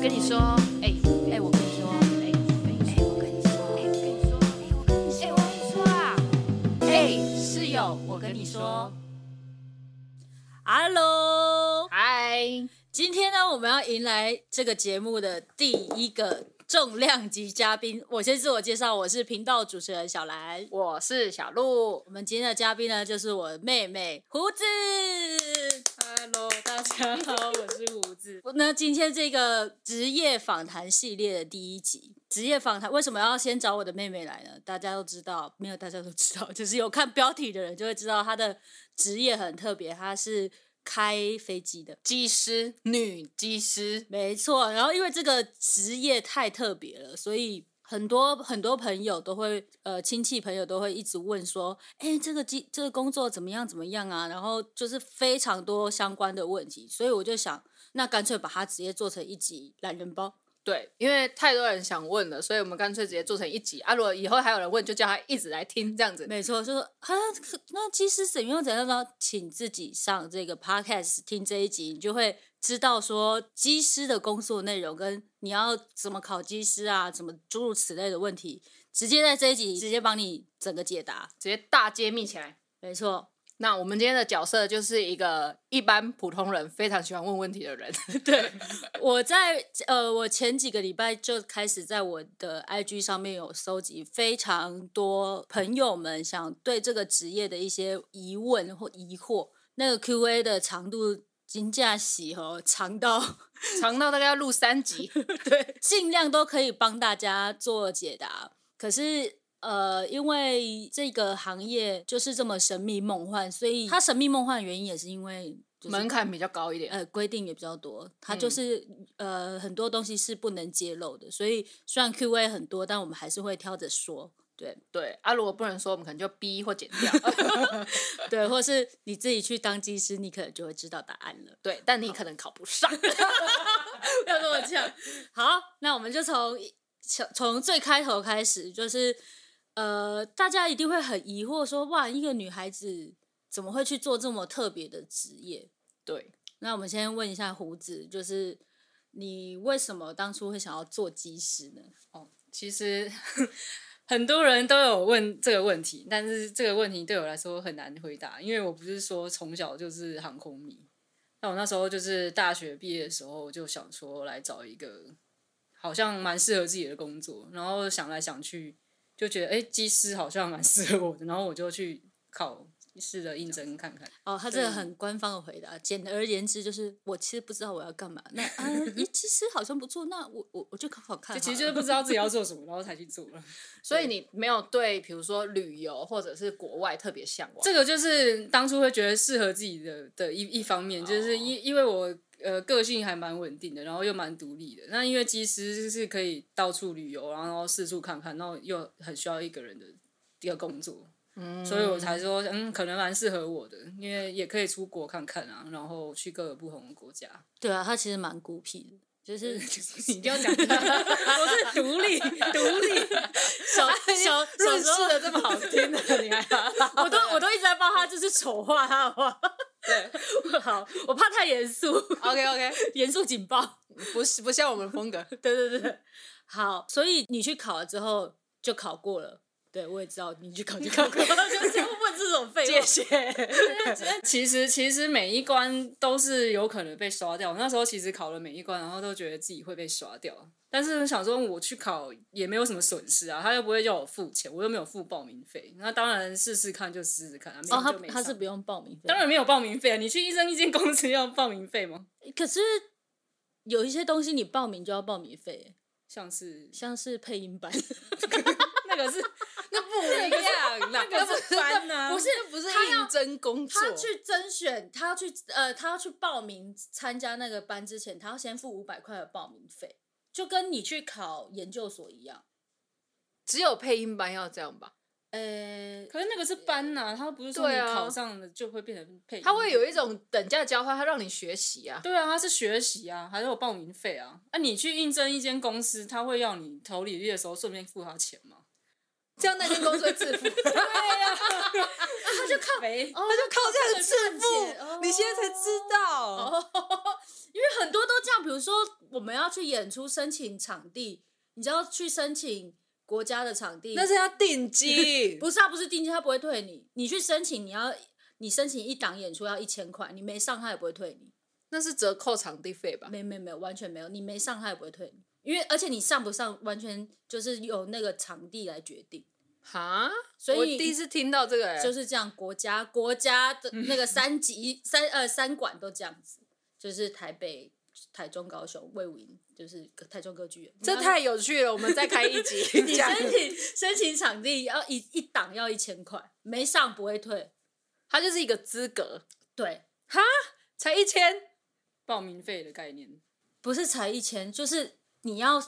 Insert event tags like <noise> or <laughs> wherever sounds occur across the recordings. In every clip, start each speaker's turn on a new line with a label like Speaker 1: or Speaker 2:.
Speaker 1: 跟你说，哎哎，我跟你说，哎哎，我跟你说，哎我跟你说，哎我跟你说，哎我跟你说啊，哎室友，我跟你说
Speaker 2: Hello，
Speaker 1: 嗨，
Speaker 2: 今天呢，我们要迎来这个节目的第一个重量级嘉宾。我先自我介绍，我是频道主持人小兰。
Speaker 1: 我是小鹿，
Speaker 2: 我们今天的嘉宾呢，就是我妹妹胡子。Hello，大家好，我是胡子。那今天这个职业访谈系列的第一集，职业访谈为什么要先找我的妹妹来呢？大家都知道，没有大家都知道，就是有看标题的人就会知道她的职业很特别，她是开飞机的。
Speaker 1: 机师，女机师，
Speaker 2: 没错，然后因为这个职业太特别了，所以很多很多朋友都会，呃，亲戚朋友都会一直问说，哎，这个机这个工作怎么样怎么样啊？然后就是非常多相关的问题，所以我就想，那干脆把它直接做成一集懒人包。
Speaker 1: 对，因为太多人想问了，所以我们干脆直接做成一集啊。如果以后还有人问，就叫他一直来听这样子。
Speaker 2: 没错，就说啊，可那机师怎样怎样呢？请自己上这个 podcast 听这一集，你就会知道说机师的工作内容跟你要怎么考机师啊，怎么诸如此类的问题，直接在这一集直接帮你整个解答。
Speaker 1: 直接大揭秘起来。
Speaker 2: 没错，
Speaker 1: 那我们今天的角色就是一个一般普通人非常喜欢问问题的人， <laughs>
Speaker 2: 对，我在呃，我前几个礼拜就开始在我的 IG 上面有搜集非常多朋友们想对这个职业的一些疑问或疑惑，那个 Q&A 的长度。金价喜哦，长到 <laughs>
Speaker 1: 长到大概要录三集。
Speaker 2: 对，尽量都可以帮大家做解答。可是呃，因为这个行业就是这么神秘梦幻，所以它神秘梦幻的原因也是因为、 <laughs> 就是、
Speaker 1: 门槛比较高一点，
Speaker 2: 呃规定也比较多，它就是、呃很多东西是不能揭露的，所以虽然 Q&A 很多，但我们还是会挑着说，对
Speaker 1: 对啊，如果不能说，我们可能就逼或剪掉， <laughs>
Speaker 2: 对，或是你自己去当技师，你可能就会知道答案了， <laughs>
Speaker 1: 对，但你可能考不 <laughs> 上。
Speaker 2: 不要跟我讲。好，那我们就从从从最开头开始，就是呃，大家一定会很疑惑说，哇，一个女孩子怎么会去做这么特别的职业？
Speaker 1: 对，
Speaker 2: 那我们先问一下胡子，就是你为什么当初会想要做技师呢？
Speaker 3: 哦其实 <laughs> 很多人都有问这个问题，但是这个问题对我来说很难回答，因为我不是说从小就是航空迷。那我那时候就是大学毕业的时候，就想说来找一个好像蛮适合自己的工作，然后想来想去，就觉得哎，诶机师好像蛮 <laughs> 适合我的，然后我就去考试的应征看看。
Speaker 2: 哦，他这个
Speaker 3: 对
Speaker 2: 很官方的回答，简而言之就是，我其实不知道我要干嘛。那啊，
Speaker 3: <laughs>
Speaker 2: 咦，技师好像不错，那我我我就考考看好
Speaker 3: 就
Speaker 2: 了。
Speaker 3: 其实就是不知道自己要做什么，然后才去做了。
Speaker 1: 所以你没有对，比如说旅游或者是国外特别向往。
Speaker 3: 这个就是当初会觉得适合自己的的一一方面，就是因、因为我呃个性还蛮稳定的，然后又蛮独立的。那因为其实是可以到处旅游，然后四处看看，然后又很需要一个人的一个工作，
Speaker 1: 嗯
Speaker 3: 所以我才说嗯，可能蛮适合我的，因为也可以出国看看啊，然后去各个不同的国家。
Speaker 2: <laughs> 对啊，他其实蛮孤僻的，就是
Speaker 3: <laughs> 你一定要讲这个， <laughs> 我是独立独立，
Speaker 2: <laughs> 小小小
Speaker 3: 论
Speaker 2: 时候
Speaker 3: 述的这么好听的，你还
Speaker 2: <laughs> 我都我都一直在帮他，就是丑化他的话。
Speaker 3: 对。
Speaker 2: <laughs> 好，我怕太严肃，
Speaker 1: OK OK， <laughs>
Speaker 2: 严肃警报。
Speaker 1: 不是不像我们 <laughs> 风格。
Speaker 2: 对对对，好，所以你去考了之后就考过了。对，我也知道你去考就考过了， <laughs> 就是问这种废话。
Speaker 3: 谢。
Speaker 1: <laughs>
Speaker 3: 其实其实每一关都是有可能被刷掉。那时候其实考了每一关，然后都觉得自己会被刷掉。但是想说我去考也没有什么损失啊，他又不会叫我付钱，我又没有付报名费。那当然试试看就试试看啊，没
Speaker 2: 哦，
Speaker 3: 有
Speaker 2: 他
Speaker 3: 就没
Speaker 2: 他
Speaker 3: 上
Speaker 2: 是不用报名费，
Speaker 3: 当然没有报名费啊！你去医生一间公司要报名费吗？
Speaker 2: 可是有一些东西你报名就要报名费，
Speaker 3: 像是
Speaker 2: 像是配音版，
Speaker 3: 那个是
Speaker 1: <laughs> 那不一
Speaker 3: <laughs>
Speaker 1: 样啦，
Speaker 3: 那个是班啊
Speaker 1: 不是不是
Speaker 2: 他要
Speaker 1: 应征工作，
Speaker 2: 他去甄选，他要去呃，他要去报名参加那个班之前，他要先付五百块的报名费，就跟你去考研究所一样。
Speaker 1: 只有配音班要这样吧？
Speaker 2: 呃，
Speaker 3: 可是那个是班呐、他不是说
Speaker 1: 对
Speaker 3: 你
Speaker 1: 啊
Speaker 3: 考上了就会变成配音。
Speaker 1: 他会有一种等价交换，他让你学习啊。
Speaker 3: 对啊，他是学习啊，还有报名费啊。啊，你去应征一间公司，他会要你投履历的时候顺便付他钱吗？
Speaker 1: 这样那间公司会 <laughs> 致富，
Speaker 3: 他就靠没
Speaker 2: 哦，
Speaker 1: 就靠这样致
Speaker 2: 这个赚钱哦
Speaker 1: 道。
Speaker 2: 哦，因为很多都这样，比比如说我们要去演出，申请场地，你就要去申请国家的场地，
Speaker 3: 那是要
Speaker 1: <laughs>
Speaker 3: 定金，
Speaker 2: 不是他不是定金，他不会退你。你去申请，你要你申请一档演出要一千块，你没上他也不会退你。
Speaker 3: 那是折扣场地费
Speaker 1: <laughs>
Speaker 3: 吧？
Speaker 2: 没没没有，完全没有，你没上他也不会退你，因为而且你上不上完全就是由那个场地来决定，
Speaker 3: 哈，
Speaker 2: 所以
Speaker 3: 我第一次听到这个、欸，
Speaker 2: 就是这样。国家国家
Speaker 3: <laughs>
Speaker 2: 的那个三级三呃三馆都这样子，就是台北、台中、高雄、魏武营，就是台中歌剧院。
Speaker 3: 这太有趣了，我们再开一 <laughs> 集
Speaker 2: 你
Speaker 1: <laughs>
Speaker 3: 讲。
Speaker 2: 申请申请场地要一一档要一千块，没上不会退，
Speaker 3: 它就是一个资格，
Speaker 2: 对，
Speaker 3: 才一千，报名费的概念。
Speaker 2: 不是才一千，就是你要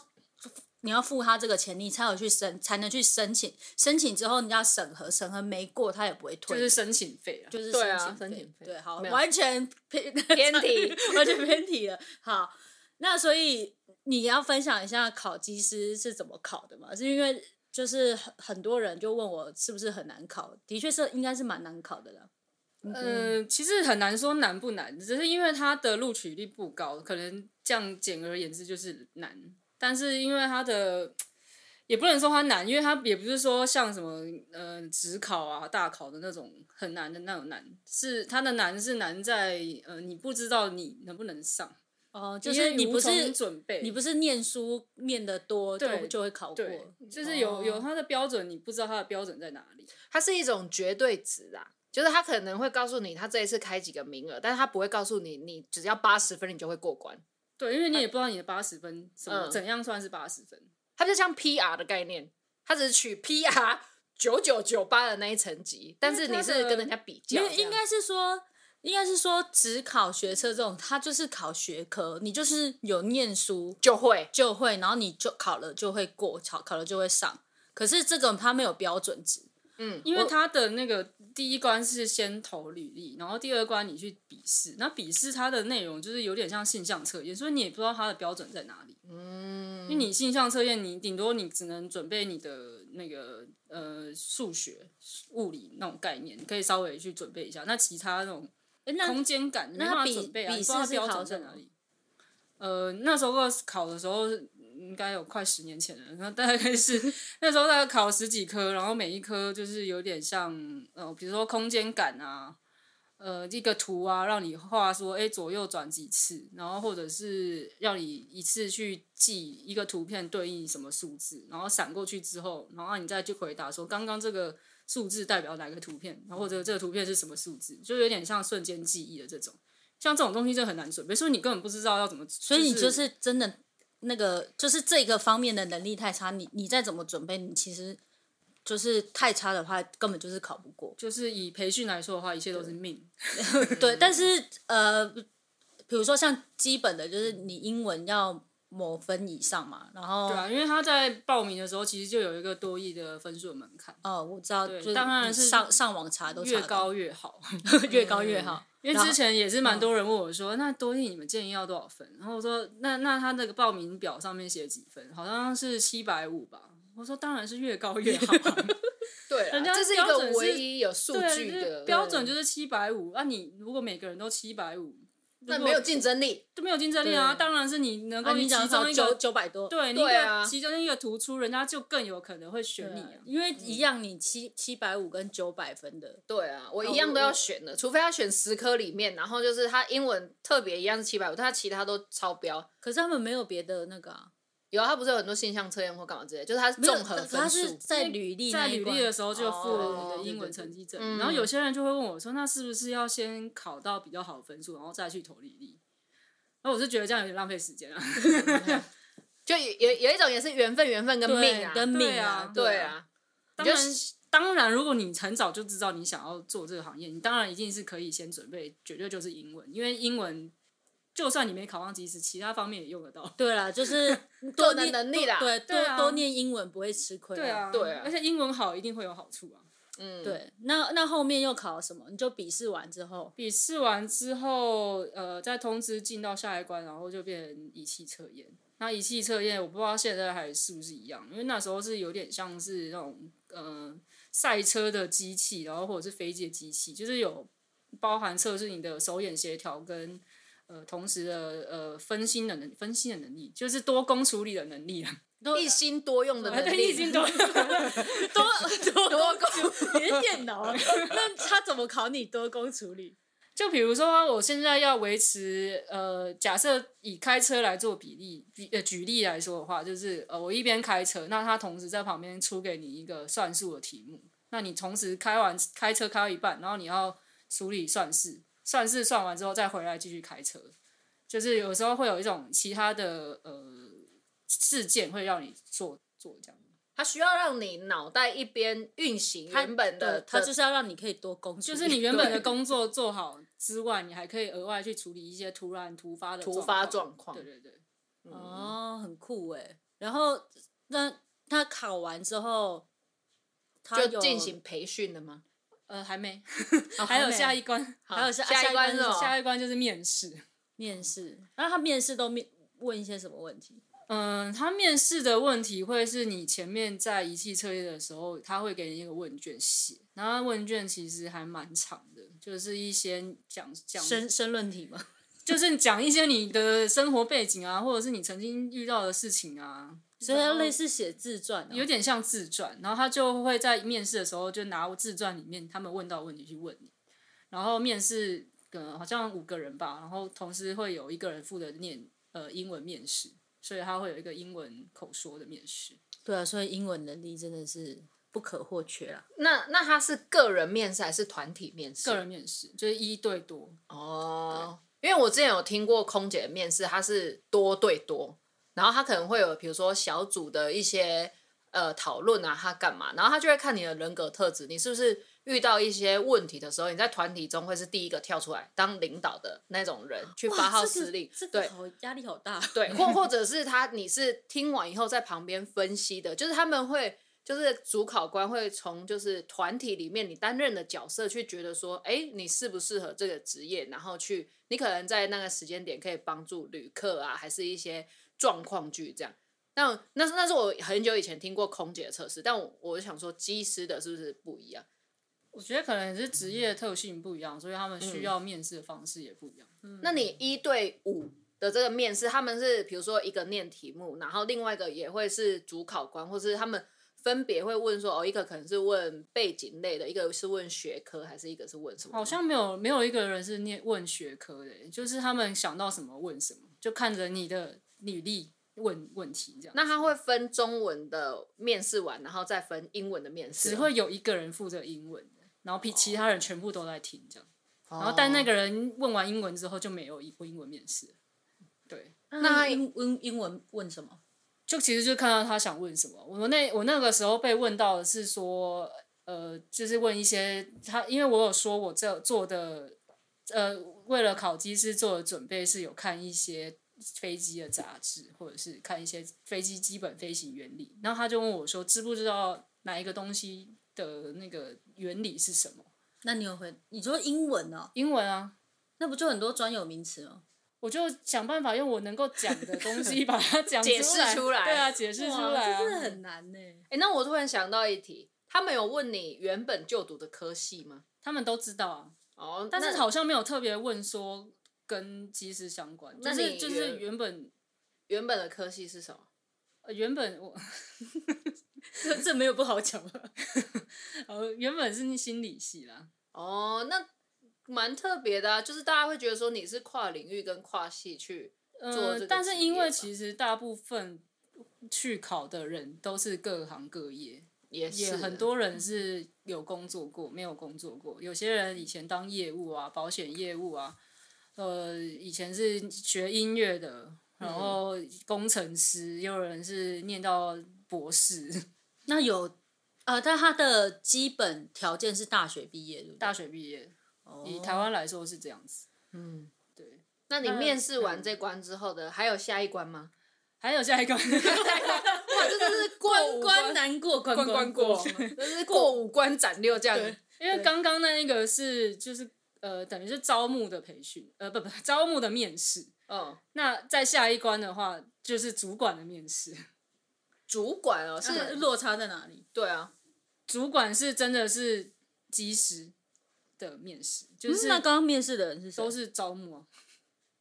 Speaker 2: 你要付他这个钱，你才有去申，才能去申请。申请之后你要审核，审核没过他也不会退，
Speaker 3: 就是申请费啊，
Speaker 2: 就是
Speaker 3: 对
Speaker 2: 申
Speaker 3: 啊
Speaker 2: 请，
Speaker 3: 申
Speaker 2: 费
Speaker 3: 请费，
Speaker 2: 对，好，
Speaker 3: 没有
Speaker 2: 完全偏
Speaker 3: <laughs> 偏
Speaker 1: <laughs>
Speaker 3: 题，
Speaker 2: 完全偏题了。好，那所以你要分享一下考技师是怎么考的吗？是因为就是很很多人就问我是不是很难考，的确是应该是蛮难考的啦。
Speaker 3: 嗯，其实很难说难不难，只是因为它的录取率不高，可能这样简而言之就是难。但是因为它的也不能说它难，因为它也不是说像什么呃职考啊、大考的那种很难的那种难，是它的难是难在呃你不知道你能不能上，
Speaker 2: 哦，就
Speaker 3: 因
Speaker 2: 是
Speaker 3: 为
Speaker 2: 你
Speaker 3: 无
Speaker 2: 不是
Speaker 3: 从准备，
Speaker 2: 你不是念书念得多就
Speaker 3: 对
Speaker 2: 就会考过，
Speaker 3: 对，就是有、
Speaker 2: 哦
Speaker 3: 有它的标准，你不知道它的标准在哪里。
Speaker 1: 它是一种绝对值啦，就是他可能会告诉你他这一次开几个名额，但是他不会告诉你你只要八十分你就会过关，
Speaker 3: 对，因为你
Speaker 2: 啊
Speaker 3: 也不知道你的八十分什么、
Speaker 1: 嗯
Speaker 3: 怎样算是八十分。
Speaker 1: 它就像 PR 的概念，它只是取 PR 九九九八的那一层级，但是你是跟人家比较
Speaker 2: 因
Speaker 1: 这
Speaker 2: 为
Speaker 1: 样，
Speaker 2: 应该是说，应该是说，只考学车这种，它就是考学科，你就是有念书
Speaker 1: 就会
Speaker 2: 就会，然后你就考了就会过，考考了就会上。可是这种它没有标准值，
Speaker 1: 嗯，
Speaker 3: 因为他的那个第一关是先投履历，然后第二关你去笔试。那笔试它的内容就是有点像性向测验，所以你也不知道它的标准在哪里。嗯，因为你性向测验，你顶多你只能准备你的那个呃数学、物理那种概念，你可以稍微去准备一下。那其他那种
Speaker 2: 诶那
Speaker 3: 空间感，你没
Speaker 2: 那
Speaker 3: 办法
Speaker 2: 笔
Speaker 3: 准备啊，
Speaker 2: 笔
Speaker 3: 你不知道它
Speaker 2: 试是
Speaker 3: 标
Speaker 2: 考
Speaker 3: 准
Speaker 2: 什
Speaker 3: 在
Speaker 2: 么
Speaker 3: 哪里。呃，那时候考的时候应该有快十年前了，那大概
Speaker 2: <laughs>
Speaker 3: 是那时候大概考十几科，然后每一科就是有点像呃，比如说空间感啊，呃，一个图啊，让你画说，哎、左右转几次，然后或者是让你一次去记一个图片对应什么数字，然后闪过去之后，然后你再去回答说，刚刚这个数字代表哪个图片，然后或者这个图片是什么数字，就有点像瞬间记忆的这种。像这种东西就很难准备，所以你根本不知道要怎么。
Speaker 2: 所
Speaker 3: 所
Speaker 2: 以你就是真的那个，就是这个方面的能力太差，你你再怎么准备，你其实就是太差的话，根本就是考不过。
Speaker 3: 就是以培训来说的话，一切都是命。
Speaker 2: 对，但是呃，比如说像基本的，就是你英文要某分以上嘛，然后
Speaker 3: 对啊，因为他在报名的时候，其实就有一个多亿的分数的门槛，
Speaker 2: 哦，我知道，
Speaker 3: 对
Speaker 2: 就是
Speaker 3: 当然
Speaker 2: 你
Speaker 3: 是
Speaker 2: 上上网查都查
Speaker 3: 越
Speaker 2: 得
Speaker 3: 高越好。
Speaker 2: 到 <laughs> 越高越好。
Speaker 3: 因为
Speaker 2: 然后
Speaker 3: 之前也是蛮多人问我说，那多益你们建议要多少分？然后我说，那那他那个报名表上面写几分？好像是七百五吧。我说当然是越高越好啊、
Speaker 1: 对啦，
Speaker 3: 人家
Speaker 1: 这是一
Speaker 3: 标
Speaker 1: 个
Speaker 3: 准是
Speaker 1: 唯一有数
Speaker 3: <laughs> 对，
Speaker 1: 据
Speaker 3: 就是
Speaker 1: 的
Speaker 3: 标准就是七百五。那你如果每个人都七百五，
Speaker 1: 那
Speaker 3: 如
Speaker 1: 没
Speaker 3: 果
Speaker 1: 有竞争力，
Speaker 3: 就没有竞争力啊。
Speaker 2: 对
Speaker 3: 当然是你能
Speaker 2: 啊，
Speaker 3: 够
Speaker 2: 你讲
Speaker 3: 其
Speaker 2: 到
Speaker 3: 中一个
Speaker 2: 九九百多，
Speaker 3: 对，你
Speaker 1: 对
Speaker 3: 一
Speaker 1: 啊
Speaker 3: 个其中一个突出，人家就更有可能会选你
Speaker 2: 啊
Speaker 3: 啊。
Speaker 2: 因为一样你七七百五跟九百分的，
Speaker 1: 对啊，我一样都
Speaker 2: 嗯
Speaker 1: 要选的，除非他选十科里面，然后就是他英文特别一样是七百五，但他其他都超标。
Speaker 2: 可是他们没有别的那个啊，
Speaker 1: 有啊，他不是有很多性向测验或干嘛之类，就是他是
Speaker 2: 没有
Speaker 1: 综合
Speaker 2: 他
Speaker 1: 分
Speaker 2: 他
Speaker 1: 数
Speaker 2: 是。在履历
Speaker 3: 在
Speaker 2: 那一
Speaker 3: 履
Speaker 2: 关
Speaker 3: 历的时候就附
Speaker 2: 哦
Speaker 3: 了你的英文成绩证
Speaker 1: 对对对嗯
Speaker 3: 明，然后有些人就会问我说，那是不是要先考到比较好的分数，然后再去投履历？那我是觉得这样有点浪费时间啊。 <laughs>
Speaker 1: 就有有有一种也是缘分，缘分跟命啊，
Speaker 2: 对跟命
Speaker 3: 对啊
Speaker 1: 对啊，
Speaker 3: 当
Speaker 1: 就
Speaker 3: 然，当然，如果你很早就知道你想要做这个行业，你当然一定是可以先准备，绝对就是英文，因为英文就算你没考上即使其他方面也用得到。
Speaker 2: 对啦，就是多
Speaker 1: 个人
Speaker 2: 念
Speaker 1: 能力啦，
Speaker 2: 对
Speaker 3: 对
Speaker 2: 多
Speaker 3: 啊
Speaker 2: 多念英文不会吃亏。
Speaker 3: 对啊，
Speaker 1: 对啊
Speaker 3: 而且英文好一定会有好处啊。
Speaker 1: 嗯，
Speaker 2: 对，那那后面又考什么？你就笔试完之后， <laughs>
Speaker 3: 笔试完之后，呃，再通知进到下一关，然后就变成仪器测验。那仪器测验，我不知道现在还是不是一样，因为那时候是有点像是那种呃赛车的机器，然后或者是飞机的机器，就是有包含测试你的手眼协调跟呃同时的呃分心的能分心的能力，就是多工处理的能力啊。
Speaker 2: 多
Speaker 1: 一心多用的能
Speaker 3: <laughs> 对，
Speaker 1: 力，
Speaker 3: 已经多
Speaker 2: 多多工，你是电脑啊，那他怎么考你多工处理？
Speaker 3: 就比如说，我现在要维持呃，假设以开车来做比例，举呃举例来说的话，就是呃，我一边开车，那他同时在旁边出给你一个算术的题目，那你同时开完开车开到一半，然后你要处理算式，算式算完之后再回来继续开车，就是有时候会有一种其他的呃事件会让你做做这样。
Speaker 1: 它需要让你脑袋一边运行
Speaker 2: 他
Speaker 1: 原本的，
Speaker 2: 对他就是要让你可以多工处
Speaker 3: 就
Speaker 2: 理，
Speaker 3: 是你原本的工作做好之外，你还可以额外去处理一些突然突发的
Speaker 1: 突发状况嗯
Speaker 3: 对对对，
Speaker 2: 哦，很酷哎。然后那他考完之后，他
Speaker 1: 就
Speaker 2: 有
Speaker 1: 进行培训的吗？
Speaker 3: 呃，还没， <laughs>
Speaker 2: 哦
Speaker 3: 还有
Speaker 2: 没
Speaker 3: 下一关，
Speaker 1: 好
Speaker 2: 还有下
Speaker 1: 下
Speaker 2: 下
Speaker 1: 一
Speaker 2: 一
Speaker 1: 关
Speaker 2: 关
Speaker 1: 是
Speaker 2: 是
Speaker 1: 什
Speaker 2: 什
Speaker 1: 么
Speaker 2: 么？
Speaker 3: 下一关就是面试。
Speaker 2: 面试，那他面试都面问一些什么问题？
Speaker 3: 嗯，他面试的问题会是你前面在仪器测验的时候，他会给你一个问卷写，然后问卷其实还蛮长的，就是一些讲讲，
Speaker 2: 申申论题吗？
Speaker 3: 就是讲一些你的生活背景啊，或者是你曾经遇到的事情啊，
Speaker 2: <laughs> 所以他
Speaker 3: 然后
Speaker 2: 类似写自传、哦，
Speaker 3: 有点像自传，然后他就会在面试的时候就拿自传里面他们问到的问题去问你，然后面试呃好像五个人吧，然后同时会有一个人负责念呃英文面试，所以他会有一个英文口说的面试。
Speaker 2: 对啊，所以英文能力真的是不可或缺啊。
Speaker 1: 那那他是个人面试还是团体面试？
Speaker 3: 个人面试就是一对多，
Speaker 1: 哦，因为我之前有听过空姐的面试，她是多对多，然后她可能会有比如说小组的一些呃讨论啊，她干嘛，然后她就会看你的人格特质，你是不是遇到一些问题的时候，你在团体中会是第一个跳出来当领导的那种人去发号施令，
Speaker 2: 这个
Speaker 1: 对。
Speaker 2: 好压力好大。
Speaker 1: 对， <laughs> 或或者是他你是听完以后在旁边分析的，就是他们会就是主考官会从就是团体里面你担任的角色去觉得说，哎，你适不适合这个职业，然后去你可能在那个时间点可以帮助旅客啊，还是一些状况剧这样。那那是那是我很久以前听过空姐的测试，但我我就想说机师的是不是不一样？
Speaker 3: 我觉得可能是职业特性不一样，所以他们需要面试的方式也不一样。
Speaker 1: 那你一对五的这个面试，他们是比如说一个念题目，然后另外一个也会是主考官，或是他们分别会问说，哦，一个可能是问背景类的，一个是问学科，还是一个是问什么？
Speaker 3: 好像没有没有一个人是念问学科的，就是他们想到什么问什么，就看着你的履历问问题这样。
Speaker 1: 那他会分中文的面试完，然后再分英文的面试吗，
Speaker 3: 只会有一个人负责英文的，然后其其他人全部都在听这样。
Speaker 1: 哦，
Speaker 3: 然后但那个人问完英文之后就没有英英文面试了，对。
Speaker 2: 那
Speaker 1: 那
Speaker 2: 他英英英文问什么？
Speaker 3: 就其实就看到他想问什么。我那我那个时候被问到的是说，呃，就是问一些他，因为我有说我这做的，呃，为了考机师做的准备是有看一些飞机的杂志，或者是看一些飞机基本飞行原理。然后他就问我说，知不知道哪一个东西的那个原理是什么？
Speaker 2: 那你有回你说英文哦，
Speaker 3: 英文啊。
Speaker 2: 那不就很多专有名词吗？
Speaker 3: 我就想办法用我能够讲的东西把它讲
Speaker 1: 解释
Speaker 3: 出
Speaker 1: 出来
Speaker 3: 对啊，解释出
Speaker 2: 哇
Speaker 3: 来
Speaker 2: 这真的
Speaker 3: 啊。
Speaker 2: 很难呢。
Speaker 1: 哎、那我突然想到一题，他们有问你原本就读的科系吗？
Speaker 3: 他们都知道啊，
Speaker 1: 哦，
Speaker 3: 但是
Speaker 1: 那
Speaker 3: 好像没有特别问说跟机师相关，
Speaker 1: 那
Speaker 3: 就
Speaker 1: 你
Speaker 3: 是就是
Speaker 1: 原
Speaker 3: 原本
Speaker 1: 原本的科系是什么？
Speaker 3: 呃原本
Speaker 1: <laughs>
Speaker 3: 我
Speaker 2: 这这没有不好讲吧？
Speaker 3: <laughs> 呃原本是心理系啦，
Speaker 1: 哦，那蛮特别的、啊，就是大家会觉得说你是跨领域跟跨系去，做这个
Speaker 3: 呃，但是
Speaker 1: 职
Speaker 3: 因
Speaker 1: 业
Speaker 3: 为
Speaker 1: 吧
Speaker 3: 其实大部分去考的人都是各行各业，
Speaker 1: 也是
Speaker 3: 也很
Speaker 1: 啊
Speaker 3: 多人是有工作过，没有工作过，有些人以前当业务啊，保险业务啊，呃，以前是学音乐的，
Speaker 2: 嗯
Speaker 3: 然后工程师，也有人是念到博士，
Speaker 2: 那有呃，但他的基本条件是大学毕业，对不对？
Speaker 3: 大学毕业，
Speaker 2: 哦
Speaker 3: 以台湾来说是这样子。
Speaker 1: 嗯。
Speaker 3: 对，
Speaker 1: 那你
Speaker 3: 那
Speaker 1: 面试完
Speaker 3: 嗯
Speaker 1: 这关之后的，还有下一关吗？
Speaker 3: 还有
Speaker 2: <laughs>
Speaker 3: 下一
Speaker 1: <laughs>
Speaker 3: 个，
Speaker 1: 哇，这真是过
Speaker 2: 关
Speaker 1: 五
Speaker 2: 关
Speaker 1: <laughs> 关，
Speaker 2: 难过关
Speaker 3: 关
Speaker 2: 关
Speaker 3: 过
Speaker 2: 过，
Speaker 1: 这是过五关斩六将。
Speaker 3: 因为刚刚那一个是就是呃，等于是招募的培训，呃，不不，招募的面试。
Speaker 1: 嗯，
Speaker 3: 那在下一关的话，就是主管的面试。
Speaker 1: 主管哦，
Speaker 2: 是
Speaker 1: 是，
Speaker 2: 落差在哪里？
Speaker 1: <laughs> 对啊，
Speaker 3: 主管是真的是及时的面试，就
Speaker 2: 就是
Speaker 3: 是
Speaker 2: 嗯那刚刚面试的人是谁
Speaker 3: 都是招募啊。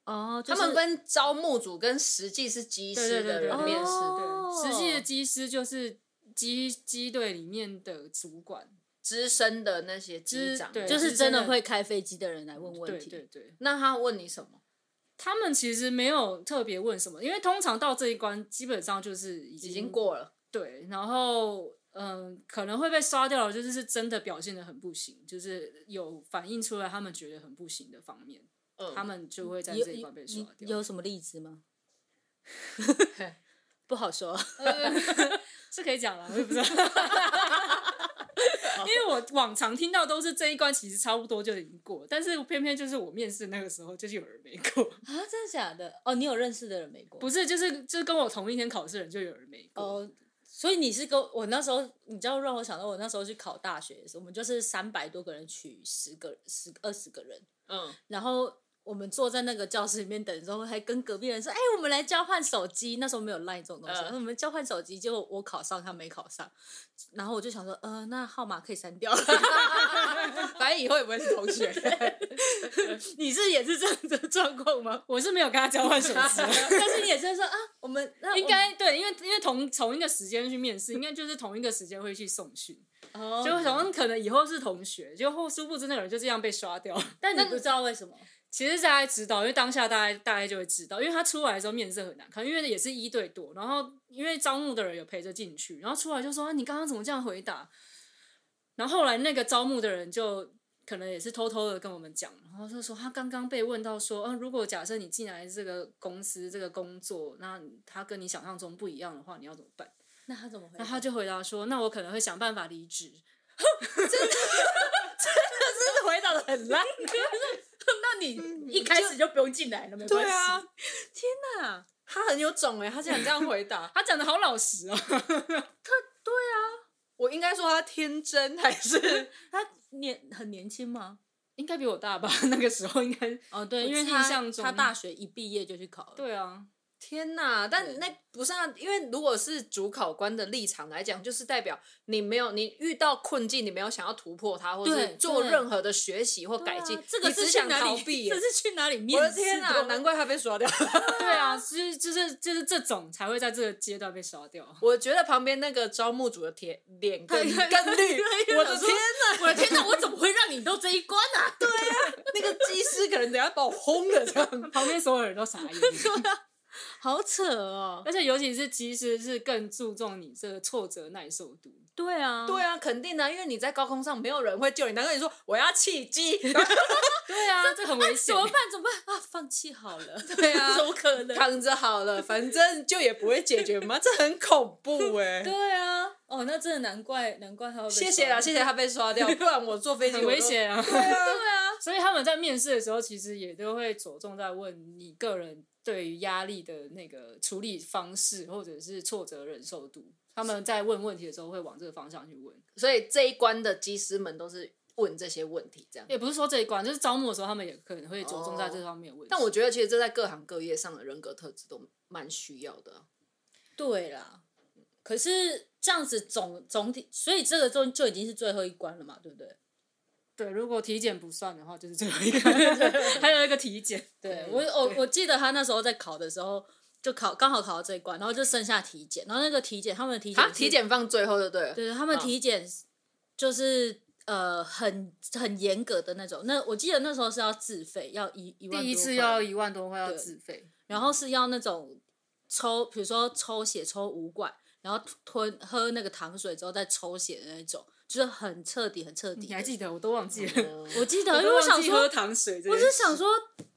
Speaker 2: 哦，
Speaker 1: 他们分招募组跟实际是机师的人
Speaker 3: 对
Speaker 1: 面试。
Speaker 2: 哦
Speaker 3: 对，实际的机师就是机机队里面的主管，
Speaker 1: 资深的那些机
Speaker 3: 资
Speaker 1: 长，
Speaker 3: 对
Speaker 2: 就是
Speaker 3: 是
Speaker 2: 真
Speaker 3: 真
Speaker 2: 的
Speaker 3: 的
Speaker 2: 会开飞机的人来问问
Speaker 3: 对
Speaker 2: 题。
Speaker 3: 对对。
Speaker 1: 那他问你什么？
Speaker 3: 他们其实没有特别问什么，因为通常到这一关基本上就是已
Speaker 1: 已
Speaker 3: 经
Speaker 1: 经过了，
Speaker 3: 对，然后嗯，可能会被刷掉的，就是是真的表现的很不行，就是有反映出来他们觉得很不行的方面，
Speaker 1: 嗯
Speaker 3: 他们就会在
Speaker 2: 有
Speaker 3: 这一
Speaker 2: 有
Speaker 3: 关被刷
Speaker 2: 你
Speaker 3: 掉。
Speaker 2: 有什么例子 <laughs> 吗？不好说，
Speaker 3: 是可以讲了，我也
Speaker 2: <laughs>
Speaker 3: 不知道。因为我往常听到都是这一关其实差不多就已经过，但是偏偏就是我面试那个时候就是有人没过，
Speaker 2: 啊，
Speaker 3: <laughs>
Speaker 2: 真的假的？哦，你有认识的人没过？
Speaker 3: 不是就是就是跟我同一天考试的人就有人没过，
Speaker 2: 哦，所以你是跟我那时候，你知道让我想到我那时候去考大学的时候，我们就是三百多个人取十个、十二十个人，
Speaker 1: 嗯，
Speaker 2: 然后我们坐在那个教室里面等之后，还跟隔壁人说：“哎、我们来交换手机。”那时候没有 Line 这种东西，
Speaker 1: 嗯
Speaker 2: 然后我们交换手机，结果我考上，他没考上，然后我就想说：“呃，那号码可以删掉了。 <laughs>
Speaker 1: 反正以后也不会是同学。 <laughs>
Speaker 2: 你是也是这样子的状况 <laughs> 吗？
Speaker 3: 我是没有跟他交换手
Speaker 2: <laughs>
Speaker 3: 机。
Speaker 2: 但是你也是说啊，我们那我
Speaker 3: 应该对，因为因为同同一个时间去面试，应该就是同一个时间会去送训，
Speaker 2: 哦，
Speaker 3: 就想说可能以后是同学，就后殊不知那个人就这样被刷掉。
Speaker 2: 但你不知道为什么。
Speaker 3: 其实大家知道，因为当下大家大家就会知道，因为他出来的时候面色很难看，因为也是一对多，然后因为招募的人有陪着进去，然后出来就说、啊、你刚刚怎么这样回答？然后后来那个招募的人就可能也是偷偷的跟我们讲，然后就说他刚刚被问到说，嗯、如果假设你进来这个公司这个工作，那他跟你想象中不一样的话，你要怎么办？
Speaker 2: 那他怎么回答？
Speaker 3: 然后他就回答说：“那我可能会想办法离职。
Speaker 2: 是回答的很烂， <laughs> 那你一开始就不用进来了，没关系。
Speaker 1: 啊，
Speaker 2: 天哪，
Speaker 1: 他很有种哎，他竟然这样回答”， <laughs>
Speaker 3: 他讲的好老实哦。 <laughs>
Speaker 1: 我应该说他天真还是
Speaker 2: 他年很年轻吗？
Speaker 3: 应该比我大吧？那个时候应该
Speaker 2: 哦，对，
Speaker 3: 我
Speaker 2: 因为
Speaker 3: 印
Speaker 2: 他
Speaker 3: 象中
Speaker 2: 他大学一毕业就去考了，，
Speaker 3: 对啊，
Speaker 1: 天呐，但那不是啊，因为如果是主考官的立场来讲，就是代表你没有你遇到困境，你没有想要突破它，或
Speaker 2: 对
Speaker 1: 是做
Speaker 2: 对啊
Speaker 1: 任何的学习或改进，
Speaker 2: 这个
Speaker 1: 你
Speaker 2: 是
Speaker 1: 只
Speaker 2: 去
Speaker 1: 想
Speaker 2: 哪
Speaker 1: 逃
Speaker 2: 里？
Speaker 1: 避
Speaker 2: 这
Speaker 1: 耶。
Speaker 2: 是去哪里面
Speaker 1: 我
Speaker 2: 试？
Speaker 1: 的天
Speaker 2: 啊
Speaker 1: 呐，难怪他被
Speaker 2: <laughs>
Speaker 1: 刷掉。
Speaker 3: 对啊，就是就是就是这种才会在这个阶段被刷掉。
Speaker 1: 我觉得旁边那个招募组的铁脸更
Speaker 2: 他
Speaker 1: 更绿，我的天呐，
Speaker 2: 我的天哪！我怎么会让你到这一关啊？对，
Speaker 1: 那个技师可能等下把我轰了这
Speaker 2: <laughs>
Speaker 1: 样。
Speaker 3: 旁边所有人都傻眼，
Speaker 2: 好扯哦。
Speaker 3: 而且尤其是其实是更注重你这个挫折耐受度。
Speaker 2: 对啊，
Speaker 1: 对啊，肯定的啊，因为你在高空上没有人会救你，难怪你说我要弃机。
Speaker 3: 对啊，这很危
Speaker 2: 怎
Speaker 3: 险
Speaker 2: 么。办？怎么办啊？放弃好了，
Speaker 1: 对啊
Speaker 2: <laughs> 怎么可能？
Speaker 1: 躺着好了，反正就也不会解决嘛，这很恐
Speaker 2: <laughs>
Speaker 1: 怖哎、
Speaker 2: 对啊，哦，那真的难怪，难怪他会被
Speaker 1: 谢谢啦，
Speaker 2: 抓
Speaker 1: 谢谢他被刷
Speaker 3: <laughs>
Speaker 1: 掉，不然我坐飞机
Speaker 3: 很危。险啊！
Speaker 1: 我都对啊，
Speaker 2: 对啊，
Speaker 3: <laughs> 所以他们在面试的时候，其实也都会着重在问你个人对于压力的那个处理方式，或者是挫折忍受度。他们在问问题的时候，会往这个方向去问。
Speaker 1: 所以这一关的机师们都是问这些问题，这样。
Speaker 3: 也不是说这一关，就是招募的时候，他们也可能会着重在这方面的问题。
Speaker 1: 但我觉得其实这在各行各业上的人格特质都蛮需要的啊、
Speaker 2: 对啦，可是这样子总总体，所以这个就就已经是最后一关了嘛，对不对？
Speaker 3: 对，如果体检不算的话，就是 <laughs> 最后一个，还有一个体检。
Speaker 2: 对我哦我我记得他那时候在考的时候，就考刚好考到这一关，然后就剩下体检，然后那个体检他们的体检
Speaker 1: 啊，
Speaker 2: 是
Speaker 1: 体，检放最后就对了。
Speaker 2: 对他们
Speaker 1: 嗯
Speaker 2: 体检就是。呃，很很严格的那种。那我记得那时候是要自费，要一一万
Speaker 3: 第一
Speaker 2: 多
Speaker 3: 次
Speaker 2: 块
Speaker 3: 要一万多块要自费，
Speaker 2: 然后是要那种抽，比如说抽血抽五管，然后吞喝那个糖水之后再抽血的那种，就是很彻底，很彻底。
Speaker 3: 你还记得？我都忘记了，
Speaker 2: 我记得，因为
Speaker 3: 都
Speaker 2: 我
Speaker 3: 忘
Speaker 2: 想
Speaker 3: 记
Speaker 2: 说
Speaker 3: 喝，糖水这件事，
Speaker 2: 我是想说，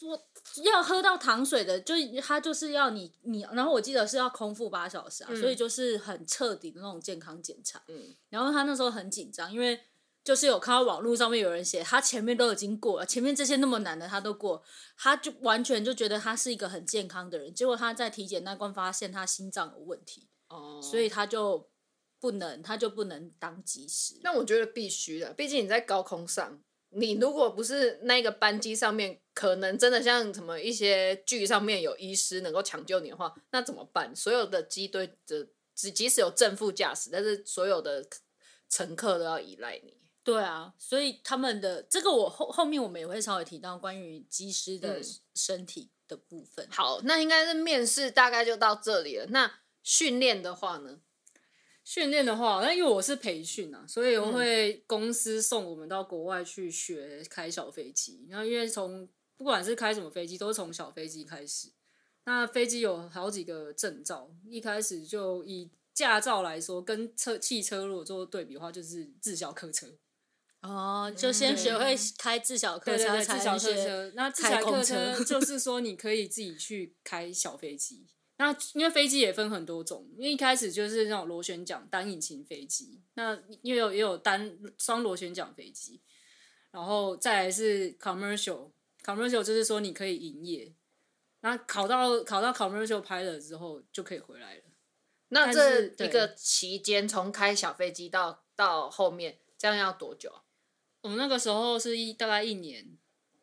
Speaker 2: 我要喝到糖水的，就是他就是要你你，然后我记得是要空腹八小时啊，所以就是很彻底的那种健康检查。
Speaker 1: 嗯，
Speaker 2: 然后他那时候很紧张，因为就是有看到网络上面有人写他前面都已经过了，前面这些那么难的他都过，他就完全就觉得他是一个很健康的人。结果他在体检那关发现他心脏有问题，
Speaker 1: 哦，
Speaker 2: 所以他就不能，他就不能当技师。
Speaker 1: 那我觉得必须的，毕竟你在高空上，你如果不是那个班机上面，可能真的像什么一些剧上面有医师能够抢救你的话，那怎么办？所有的机队的，只即使有正副驾驶，但是所有的乘客都要依赖你。
Speaker 2: 对啊，所以他们的这个我后后面我们也会稍微提到关于机师的
Speaker 1: 嗯
Speaker 2: 身体的部分。
Speaker 1: 好，那应该是面试大概就到这里了。那训练的话呢？
Speaker 3: <laughs> 训练的话，那因为我是培训啊，所以我会公司送我们到国外去学开小飞机。然后因为从不管是开什么飞机，都是从小飞机开始。那飞机有好几个证照，一开始就以驾照来说，跟车汽车如果做对比的话，就是自小客车。
Speaker 2: 哦，就先学会开自小客
Speaker 3: 嗯对对
Speaker 2: 车，
Speaker 3: 对，
Speaker 2: 才
Speaker 3: 自小
Speaker 2: 能
Speaker 3: 客
Speaker 2: 学
Speaker 3: 车。那自
Speaker 2: 开
Speaker 3: 小客
Speaker 2: 公
Speaker 3: 车
Speaker 2: 车
Speaker 3: 就是 <laughs> 说，你可以自己去开小飞机。那因为飞机也分很多种，因为一开始就是那种螺旋桨单引擎飞机，那也有也有单双螺旋桨飞机，然后再来是 commercial，commercial 就是说你可以营业。那考到考到 commercial pilot 之后就可以回来了。
Speaker 1: 那
Speaker 3: 但
Speaker 1: 这
Speaker 3: 是
Speaker 1: 一个期间，从开小飞机到到后面，这样要多久啊？
Speaker 3: 我们那个时候是一大概一年，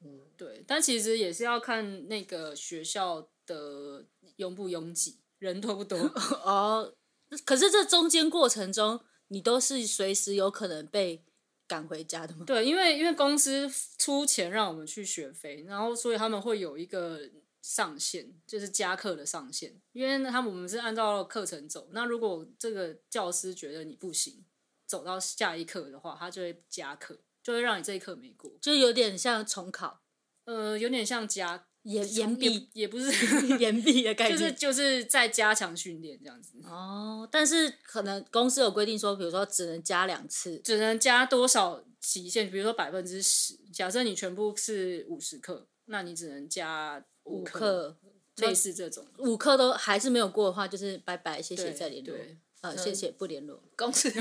Speaker 3: 嗯，对，但其实也是要看那个学校的拥不拥挤，人
Speaker 2: <laughs>
Speaker 3: 多不多。
Speaker 2: 哦。可是这中间过程中，你都是随时有可能被赶回家的吗？
Speaker 3: 对，因为因为公司出钱让我们去学飞，然后所以他们会有一个上限，就是加课的上限，因为他们我们是按照课程走。那如果这个教师觉得你不行，走到下一课的话，他就会加课，就会让你这一课没过。
Speaker 2: 就有点像重考，
Speaker 3: 呃，有点像加
Speaker 2: 延延
Speaker 3: 也
Speaker 2: 毕
Speaker 3: 也不是 <laughs>
Speaker 2: 延毕的概
Speaker 3: 就
Speaker 2: 念。
Speaker 3: 是就是在加强训练这样子，
Speaker 2: 哦，但是可能公司有规定说，比如说只能加两次，
Speaker 3: 只能加多少期限？比如说百分之十，假设你全部是五十克，那你只能加
Speaker 2: 五
Speaker 3: 克，
Speaker 2: 课
Speaker 3: 类似这种。
Speaker 2: 五课都还是没有过的话，就是拜拜，谢谢
Speaker 3: 对嗯
Speaker 2: 再联络，
Speaker 3: 对
Speaker 2: 呃，谢谢不联络。
Speaker 1: 公
Speaker 3: <laughs>
Speaker 1: 司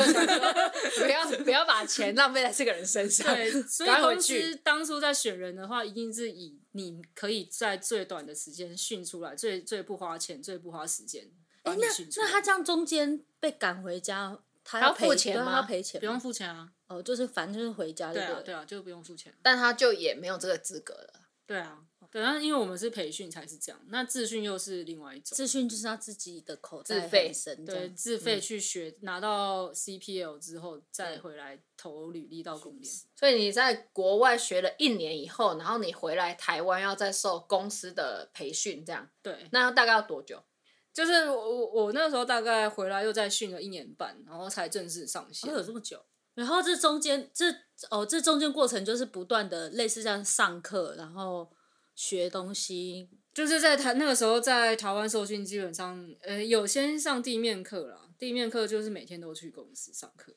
Speaker 1: 不要不要把钱浪费在这个人身上。 <laughs>
Speaker 2: <laughs>
Speaker 3: 对，所以
Speaker 1: 赶快回
Speaker 3: 公
Speaker 1: 去
Speaker 3: 司当初在选人的话，一定是以你可以在最短的时间训出来，最最不花钱、最不花时间把
Speaker 2: 哎，
Speaker 3: 你
Speaker 2: 那
Speaker 3: 训出来。
Speaker 2: 那他这样中间被赶回家，他
Speaker 1: 他要
Speaker 2: 赔
Speaker 1: 付钱
Speaker 2: 对啊
Speaker 1: 吗
Speaker 2: 他要赔钱吗，
Speaker 3: 不用付钱啊？
Speaker 2: 哦，就是反正就是回家就
Speaker 3: 对
Speaker 2: 对
Speaker 3: 啊
Speaker 2: 了，。
Speaker 3: 对啊，就不用付钱。
Speaker 1: 但他就也没有这个资格了。
Speaker 3: 对啊，对，但是因为我们是培训才是这样，那自训又是另外一种。
Speaker 2: 资讯就是他自己的口袋
Speaker 1: 自费
Speaker 2: 很深这
Speaker 3: 对，
Speaker 2: 样，嗯
Speaker 3: 自费去学，拿到 CPL 之后再回来投履历到公联。
Speaker 1: 所以你在国外学了一年以后，然后你回来台湾要再受公司的培训，这样
Speaker 3: 对，
Speaker 1: 那大概要多久？
Speaker 3: 就是我我我那时候大概回来又再训了一年半，然后才正式上线
Speaker 2: 哦。有这么久。然后这中间这哦这中间过程就是不断的类似像上课，然后学东西，
Speaker 3: 就是在台那个时候在台湾受训，基本上呃有先上地面课啦，地面课就是每天都去公司上课，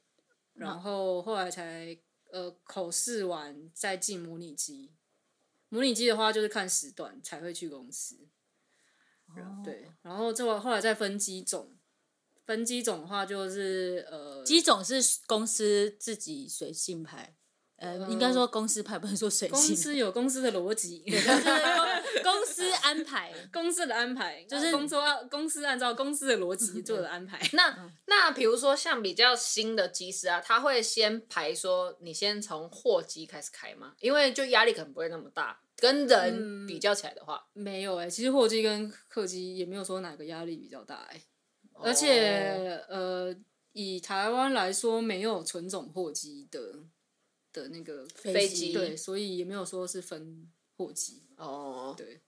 Speaker 2: 嗯
Speaker 3: 然后后来才呃口试完再进模拟机。模拟机的话就是看时段才会去公司，
Speaker 2: 哦
Speaker 3: 然对，然后这个后来再分机种，分机种的话就是呃
Speaker 2: 机种是公司自己随性派，呃，应该说公司派，不能说随
Speaker 3: 嗯公
Speaker 2: 性。
Speaker 3: 司有公司的逻辑，
Speaker 2: 就是 <laughs> 公公司安排，
Speaker 3: 公司的安排，就是工作要公司按照公司的逻
Speaker 2: 嗯
Speaker 3: 辑做的安排。
Speaker 1: 那那比如说像比较新的机师啊，他会先排说你先从货机开始开吗？因为就压力可能不会那么大，跟
Speaker 3: 嗯
Speaker 1: 人比较起来的话，
Speaker 3: 没有哎、其实货机跟客机也没有说哪个压力比较大哎、而
Speaker 1: 哦
Speaker 3: 且呃，以台湾来说，没有纯种货机的的那个
Speaker 1: 飞机
Speaker 3: 对，所以也没有说是分货机，
Speaker 1: 哦，
Speaker 3: 对，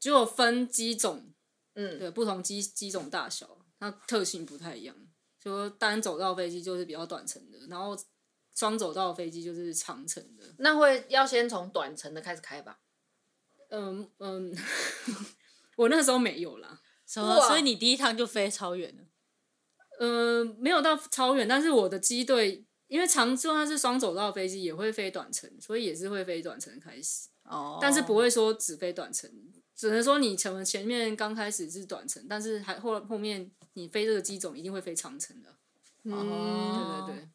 Speaker 3: 只有分机种，
Speaker 1: 嗯，
Speaker 3: 对，不同机机种大小，它特性不太一样。说单走道飞机就是比较短程的，然后双走道飞机就是长程的。
Speaker 1: 那会要先从短程的开始开吧？
Speaker 3: 嗯嗯， <laughs> 我那时候没有啦。
Speaker 2: 什么？
Speaker 1: 哇
Speaker 2: 所以你第一趟就飞超远了。
Speaker 3: 呃，没有到超远，但是我的机队因为常就算是双走道飞机，也会飞短程，所以也是会飞短程开始，
Speaker 2: 哦
Speaker 3: 但是不会说只飞短程，只能说你前前面刚开始是短程，但是还后后面你飞这个机种一定会飞长程的，
Speaker 2: 哦
Speaker 3: 对对对，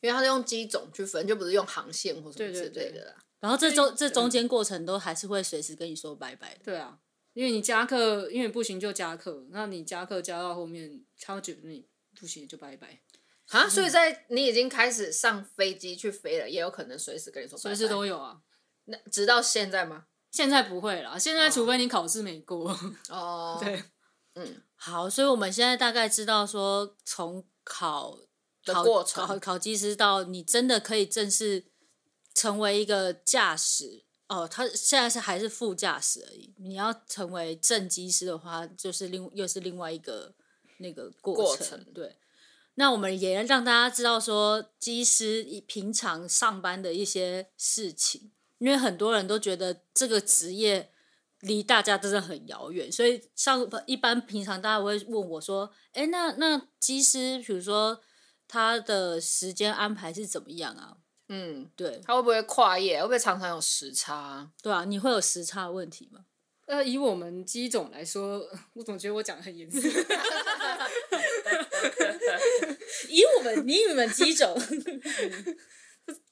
Speaker 1: 因为他是用机种去分，就不是用航线或什么
Speaker 3: 对
Speaker 1: 之
Speaker 3: 对
Speaker 1: 类
Speaker 3: 对
Speaker 1: 的啦。
Speaker 2: 然后这中这中间过程都还是会随时跟你说拜拜的。
Speaker 3: 对啊，因为你加课，因为不行就加课，那你加课加到后面，他会觉得你不行就拜拜，
Speaker 1: 啊，所以在你已经开始上飞机去飞了，也有可能随时跟你说拜拜，
Speaker 3: 随时都有啊。
Speaker 1: 那直到现在吗？
Speaker 3: 现在不会啦，现在除非你考试没过，
Speaker 1: 哦，
Speaker 3: 对，
Speaker 2: 好，所以我们现在大概知道说，从考
Speaker 1: 的
Speaker 2: 考
Speaker 1: 过
Speaker 2: 考
Speaker 1: 程。
Speaker 2: 考技师到你真的可以正式成为一个驾驶哦，他现在是还是副驾驶而已。你要成为正机师的话，就是另又是另外一个那个过
Speaker 1: 过
Speaker 2: 程。
Speaker 1: 程
Speaker 2: 对，那我们也让大家知道说，机师一平常上班的一些事情，因为很多人都觉得这个职业。离大家真的很遥远，所以像一般平常大家会问我说：“哎，那那机师，比如说他的时间安排是怎么样啊？
Speaker 1: 嗯，
Speaker 2: 对
Speaker 1: 他会不会跨业？会不会常常有时差啊？
Speaker 2: 对啊，你会有时差问题吗？ <laughs>
Speaker 3: 呃，以我们机种来说， <laughs> 我总觉得我讲的很严肃。
Speaker 2: 以我们以我们机种，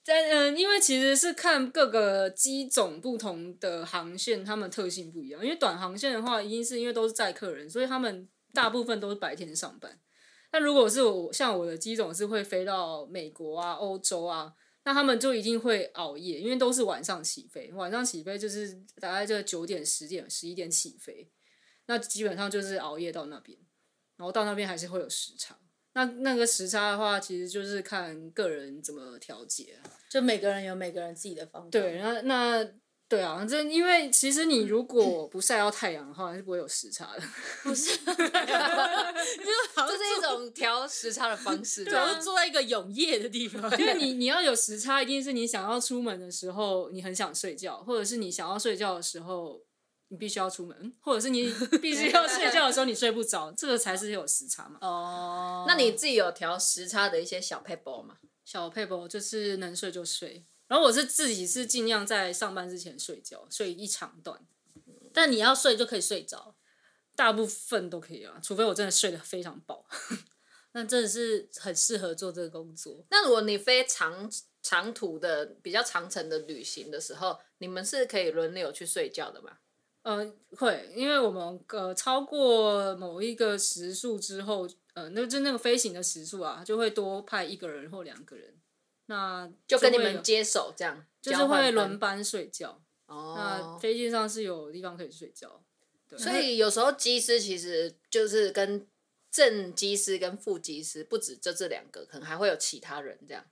Speaker 3: 但嗯，因为其实是看各个机种不同的航线，他们特性不一样。因为短航线的话，一定是因为都是载客人，所以他们大部分都是白天上班。那如果是我像我的机种是会飞到美国啊、欧洲啊，那他们就一定会熬夜，因为都是晚上起飞。晚上起飞就是大概就九点、十点、十一点起飞，那基本上就是熬夜到那边，然后到那边还是会有时差。那那个时差的话，其实就是看个人怎么调节啊、
Speaker 2: <laughs> 就每个人有每个人自己的方法。
Speaker 3: 对，那那对啊，这因为其实你如果不晒到太阳的话，是不会有时差的。
Speaker 1: 这是一种调时差的方式。
Speaker 2: 对啊，就坐在一个永夜的地方。
Speaker 3: 因为 <laughs> 你你要有时差，一定是你想要出门的时候，你很想睡觉，或者是你想要睡觉的时候，你必须要出门，或者是 <laughs> 你必须要睡觉的时候你睡不着，这个才是有时差嘛。
Speaker 2: 哦，
Speaker 1: 那你自己有调时差的一些小 paper 吗？
Speaker 3: 小佩伯就是能睡就睡，然后我是自己是尽量在上班之前睡觉，睡一长段，
Speaker 2: 但你要睡就可以睡着，
Speaker 3: 大部分都可以啊，除非我真的睡得非常饱。 <laughs>
Speaker 2: 那真的是很适合做这个工作。
Speaker 1: 那如果你飞长长途的、比较长程的旅行的时候，你们是可以轮流去睡觉的吗？
Speaker 3: 呃，会，因为我们呃超过某一个时数之后，呃，那就那个飞行的时数啊，就会多派一个人或两个人，那
Speaker 1: 就跟你
Speaker 3: 会
Speaker 1: 们
Speaker 3: 有
Speaker 1: 接手这样，
Speaker 3: 就是
Speaker 1: 交换
Speaker 3: 会
Speaker 1: 班
Speaker 3: 轮班呃睡觉。那
Speaker 1: 哦。
Speaker 3: 飞机上是有地方可以睡觉，
Speaker 1: 所以有时候机师其实就是跟正机师跟副机师不止就这两个，可能还会有其他人这样。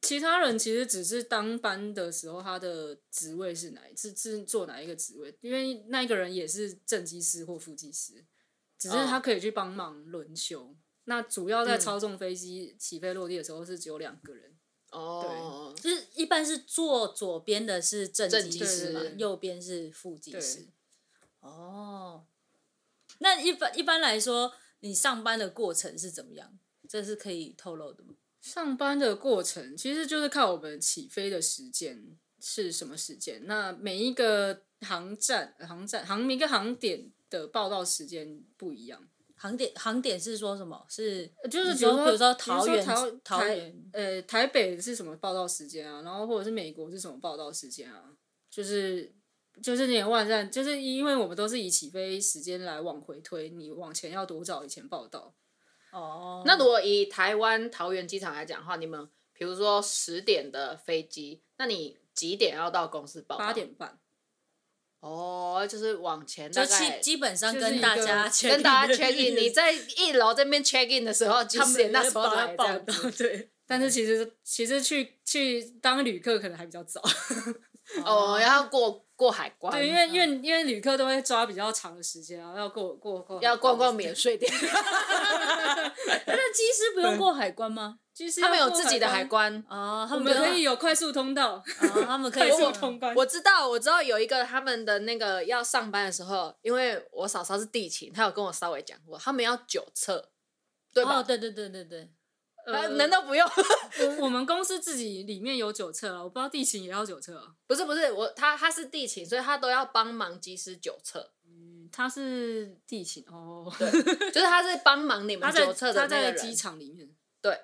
Speaker 3: 其他人其实只是当班的时候，他的职位是哪一是是做哪一个职位，因为那个人也是正机师或副机师，只是他
Speaker 1: 哦
Speaker 3: 可以去帮忙轮休。那主要在
Speaker 1: 嗯
Speaker 3: 操纵飞机起飞落地的时候是只有两个人。
Speaker 1: 哦，
Speaker 2: 就是一般是坐左边的是正
Speaker 1: 正
Speaker 2: 机
Speaker 1: 机
Speaker 2: 师嘛
Speaker 1: 师，
Speaker 2: 右边是副机
Speaker 3: 对
Speaker 2: 师。哦，那一般一般来说，你上班的过程是怎么样？这是可以透露的吗？
Speaker 3: 上班的过程其实就是看我们起飞的时间是什么时间。那每一个航站、呃航站、航每一个航点的报到时间不一样，
Speaker 2: 航点航点是说什么？是
Speaker 3: 呃就是
Speaker 2: 你
Speaker 3: 比如
Speaker 2: 说比如说桃
Speaker 3: 桃
Speaker 2: 园
Speaker 3: 桃
Speaker 2: 桃
Speaker 3: 台
Speaker 2: 园
Speaker 3: 呃台北是什么报到时间啊？然后或者是美国是什么报到时间啊？就是。就是连万站，就是因为我们都是以起飞时间来往回推，你往前要多早以前报到？
Speaker 2: 哦，
Speaker 1: 那如果以台湾桃园机场来讲的话，你们比如说十点的飞机，那你几点要到公司报到？
Speaker 3: 八点半，
Speaker 1: 哦，就是往前大
Speaker 2: 就
Speaker 1: 概
Speaker 2: 基基本上
Speaker 3: 就是
Speaker 2: 跟
Speaker 3: 一个
Speaker 2: 大家 check
Speaker 1: 跟大家
Speaker 2: in 的
Speaker 1: check
Speaker 2: 日
Speaker 1: in，你在一楼这边 check in 的时候，几
Speaker 2: 他
Speaker 1: 十
Speaker 2: 们
Speaker 1: 点那
Speaker 2: 也
Speaker 1: 时候
Speaker 2: 帮他
Speaker 1: 来这
Speaker 2: 报
Speaker 1: 样
Speaker 2: 道，
Speaker 1: 子。
Speaker 2: 对，
Speaker 3: 但是其实其实去去当旅客可能还比较早，
Speaker 1: 哦，然后过过海关，
Speaker 3: 对，因为因为因为旅客都会抓比较长的时间啊，要过过过
Speaker 1: 要逛逛免税店，
Speaker 2: 那机师不用过海关吗？
Speaker 3: 其实
Speaker 1: 他们有自己的海，关。
Speaker 2: 哦，他
Speaker 3: 我
Speaker 2: 们
Speaker 3: 们
Speaker 2: 不
Speaker 3: 可
Speaker 2: 用
Speaker 3: 以有快速通道，
Speaker 2: 哦，他们可以
Speaker 3: 快速
Speaker 2: 过
Speaker 3: 通
Speaker 1: <laughs>
Speaker 3: 关。
Speaker 1: 我知道，我知道有一个他们的那个要上班的时候，因为我嫂嫂是地勤，她有跟我稍微讲过，他们要酒测，对吧？
Speaker 3: <laughs>
Speaker 2: 哦，对对对对对，
Speaker 1: 啊
Speaker 3: 呃，
Speaker 1: 难道不用？ <laughs>
Speaker 3: <laughs> 我我们公司自己里面有酒测啊？我不知道地勤也要酒测啊，
Speaker 1: 不是不是，我他他是地勤，所以他都要帮忙机师酒测，
Speaker 3: 嗯他是地勤哦，
Speaker 1: 对，就是他是帮忙你们
Speaker 3: 他在
Speaker 1: 酒测的
Speaker 3: 他
Speaker 1: 那个
Speaker 3: 在
Speaker 1: 人
Speaker 3: 机。场里面，
Speaker 1: 对，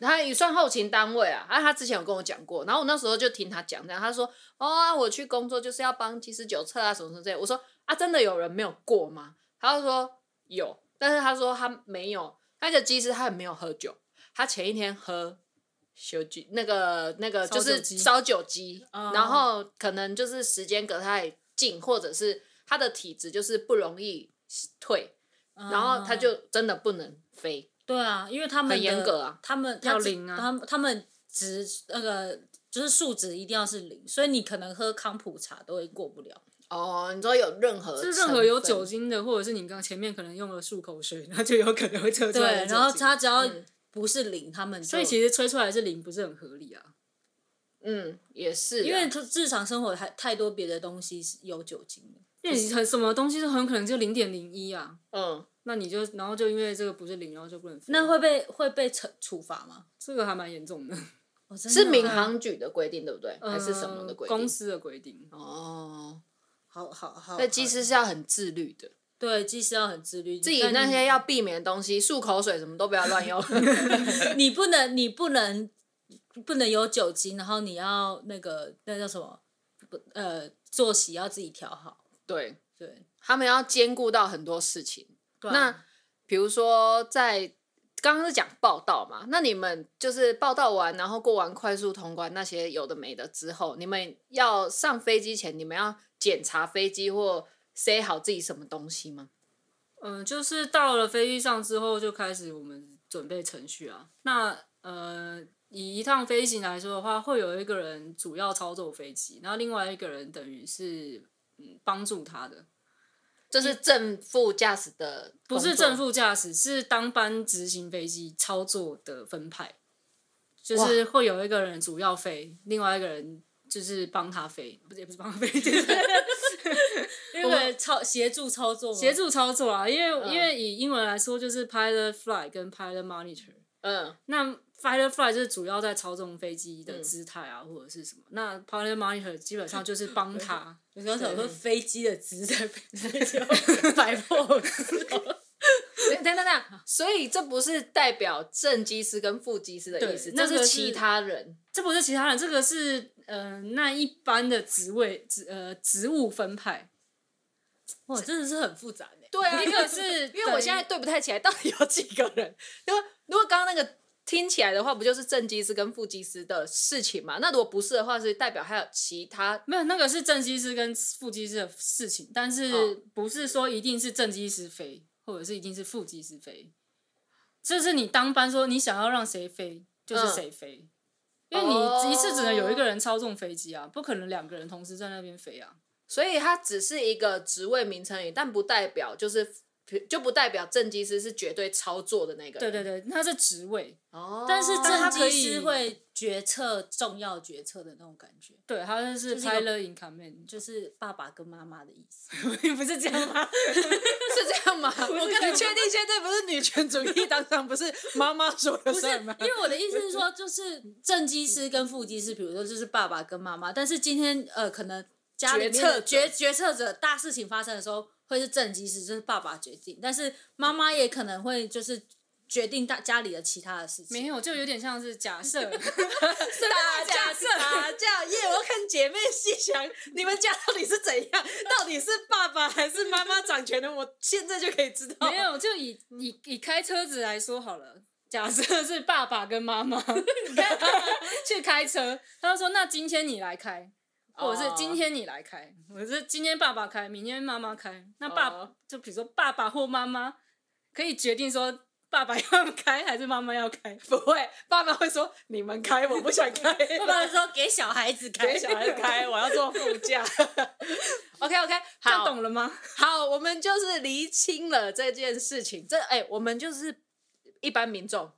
Speaker 1: 他也算后勤单位啊。啊，他之前有跟我讲过，然后我那时候就听他讲这样，他说：“哦、啊，我去工作就是要帮技师酒测啊，什么什么之类的。”我说：“啊，真的有人没有过吗？”他就说有，但是他说他没有，那个技师他也没有喝酒，他前一天喝。修酒那个那个就
Speaker 3: 烧酒
Speaker 1: 是
Speaker 3: 鸡
Speaker 1: 烧酒鸡，
Speaker 2: 哦
Speaker 1: 然后可能就是时间隔太近，或者是他
Speaker 3: 哦
Speaker 1: 的体质就是不容易退，然后他就真的不能飞，
Speaker 2: 对啊，因为他们
Speaker 1: 很严
Speaker 2: 的
Speaker 1: 格啊
Speaker 2: 他们
Speaker 3: 要
Speaker 2: 他只
Speaker 3: 零啊
Speaker 2: 他们他们值那个就是数值一定要是零，所以你可能喝康普茶都会过不了。
Speaker 1: 哦，你说有任何
Speaker 3: 就是任何有
Speaker 1: 成分
Speaker 3: 酒精的，或者是你刚前面可能用了漱口水，然后就有可能会测出来
Speaker 2: 对，
Speaker 3: 的酒精。
Speaker 2: 然后他只要
Speaker 1: 嗯
Speaker 2: 不是零，他们就
Speaker 3: 所以其实吹出来是零，不是很合理啊。
Speaker 1: 嗯，也是啊，
Speaker 2: 因为他日常生活还太多别的东西是有酒精的。
Speaker 3: 因为你很什么东西都很可能就零点零一啊，
Speaker 1: 嗯，
Speaker 3: 那你就然后就因为这个不是零，然后就不能分
Speaker 2: 那会被会被惩处罚吗？
Speaker 3: 这个还蛮严重的，
Speaker 2: 哦真的
Speaker 1: 是
Speaker 2: 吗
Speaker 1: 民航局的规定对不对？
Speaker 2: 嗯
Speaker 1: 还是什么的
Speaker 3: 呃
Speaker 1: 规定？
Speaker 3: 公司的规定。
Speaker 1: 哦，
Speaker 2: 好好好，
Speaker 1: 所以技师
Speaker 2: 好
Speaker 1: 是要很自律的，
Speaker 2: 对技师要很自律，
Speaker 1: 自己
Speaker 2: 但
Speaker 1: 那
Speaker 2: 你
Speaker 1: 些要避免的东西，漱口水什么都不要乱
Speaker 2: <laughs>
Speaker 1: 用。 <laughs>
Speaker 2: 你不能，你不能，不能有酒精，然后你要那个那叫什么？不呃，作息要自己调好。
Speaker 1: 对
Speaker 2: 对，
Speaker 1: 他们要兼顾到很多事情。
Speaker 2: 对啊
Speaker 1: 那比如说在刚刚是讲报道嘛，那你们就是报道完，然后过完快速通关那些有的没的之后，你们要上飞机前，你们要检查飞机或塞好自己什么东西吗？
Speaker 3: 嗯、就是到了飞机上之后，就开始我们准备程序啊。那呃，以一趟飞行来说的话，会有一个人主要操作飞机，然后另外一个人等于是嗯帮助他的，
Speaker 1: 这是正副驾驶的，
Speaker 3: 不是正，副驾驶，是当班执行飞机操作的分派，就是会有一个人主要飞，另外一个人就是帮他飞，不是也不是帮他飞，就是
Speaker 2: 因为操协助操作吗，
Speaker 3: 协助操作啊。因为、因为以英文来说，就是 pilot fly 跟 pilot monitor。
Speaker 1: 嗯，
Speaker 3: 那 pilot fly 就是主要在操纵飞机的姿态啊，或者是什么。那 pilot monitor 基本上就是帮他。
Speaker 2: 有时候想说飞机的姿在 <laughs> 摆 pose，
Speaker 1: 等等等等，所以这不是代表正机师跟副机师的意思，
Speaker 3: 对那
Speaker 1: 这
Speaker 3: 个
Speaker 1: 是
Speaker 3: 是
Speaker 1: 其他人。
Speaker 3: <laughs> 这不是其他人，这个是呃那一般的职位职呃职务分派。
Speaker 2: 哇，真的是很复杂呢。
Speaker 1: 对啊，
Speaker 3: 一
Speaker 1: 因
Speaker 3: 个
Speaker 1: 为
Speaker 3: <laughs> 是
Speaker 1: 因为我现在对不太起来到底有几个人。因为如果刚刚那个听起来的话，不就是正机师跟副机师的事情嘛？那如果不是的话，是代表还有其他
Speaker 3: 没有，那个是正机师跟副机师的事情，但是
Speaker 1: 哦
Speaker 3: 不是说一定是正机师飞，或者是一定是副机师飞，这是你当班说你想要让谁飞
Speaker 2: 嗯
Speaker 3: 就是谁飞，因为
Speaker 1: 哦
Speaker 3: 你一次只能有一个人操纵飞机啊，不可能两个人同时在那边飞啊。
Speaker 1: 所以它只是一个职位名称而已，但不代表就是就不代表正机师是绝对操作的那个
Speaker 3: 对
Speaker 1: 人。
Speaker 3: 对对，那是职位，
Speaker 1: 哦，
Speaker 2: 但是
Speaker 3: 但他
Speaker 2: 正
Speaker 3: 可
Speaker 2: 机
Speaker 3: 以
Speaker 2: 师会决策重要决策的那种感觉，
Speaker 3: 对，他就是
Speaker 2: 就是一
Speaker 3: pilot in command，
Speaker 2: <laughs>
Speaker 3: 就
Speaker 2: 就是爸爸跟妈妈的意思。
Speaker 3: 不是这样吗？
Speaker 1: 是这 <laughs> 样吗？我跟你确定，现在不是女权主义当上，不是妈妈说了
Speaker 2: 不是，
Speaker 1: 算吗？
Speaker 2: 因为我的意思是说，就是正机师跟副机师，比如说就是爸爸跟妈妈，但是今天呃，可能家里面
Speaker 1: 决策
Speaker 2: 的
Speaker 1: 者
Speaker 2: 决决策者大事情发生的时候，会是正机师，就是爸爸决定，但是妈妈也可能会就是决定大家里的其他的事情。
Speaker 3: 没有，就有点像是
Speaker 2: <laughs>
Speaker 3: 假设。
Speaker 1: 打架打架耶！我要看姐妹细想，你们家到底是怎
Speaker 2: <laughs>
Speaker 1: 样？到底是爸爸还是妈妈掌权的？我现在就可以知道
Speaker 3: <laughs> 没。有，就以以以开车子来说好了。假设是爸爸跟妈妈 <laughs> 去开车，他就说：“那今天你来开，或者是
Speaker 1: 哦
Speaker 3: 今天你来开，我是今天爸爸开，明天妈妈开。那爸、
Speaker 1: 哦
Speaker 3: 就比如说爸爸或妈妈可以决定说爸爸要开还是妈妈要 <laughs> 开。
Speaker 1: 不会，爸妈会说你们开，我不想 <laughs> 开。
Speaker 2: 爸爸说给小孩子开，
Speaker 1: 给小孩开，我要坐副驾。OK OK，
Speaker 3: 这样
Speaker 1: 好
Speaker 3: 懂了吗？
Speaker 1: <laughs> 好，我们就是厘清了这件事情。这哎、我们就是一般民众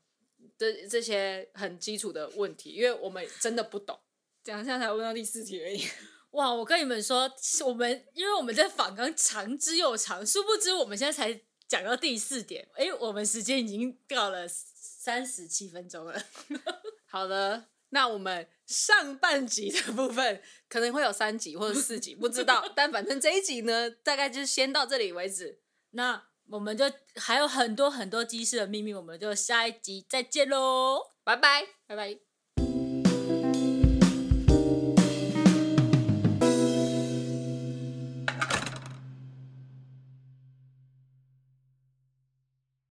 Speaker 1: 这这些很基础的问题，因为我们真的不懂。
Speaker 3: 讲一下才问到第四题而已。
Speaker 2: 哇！我跟你们说，我们因为我们在访刚长之又长，殊不知我们现在才讲到第四点，诶，我们时间已经到了三十七分钟了。 <laughs>
Speaker 1: 好的，那我们上半集的部分可能会有三集或者四集，不知道。但反正这一集呢，大概就先到这里为止。
Speaker 2: 那我们就还有很多很多机师的秘密，我们就下一集再见喽。
Speaker 1: 拜拜，拜拜。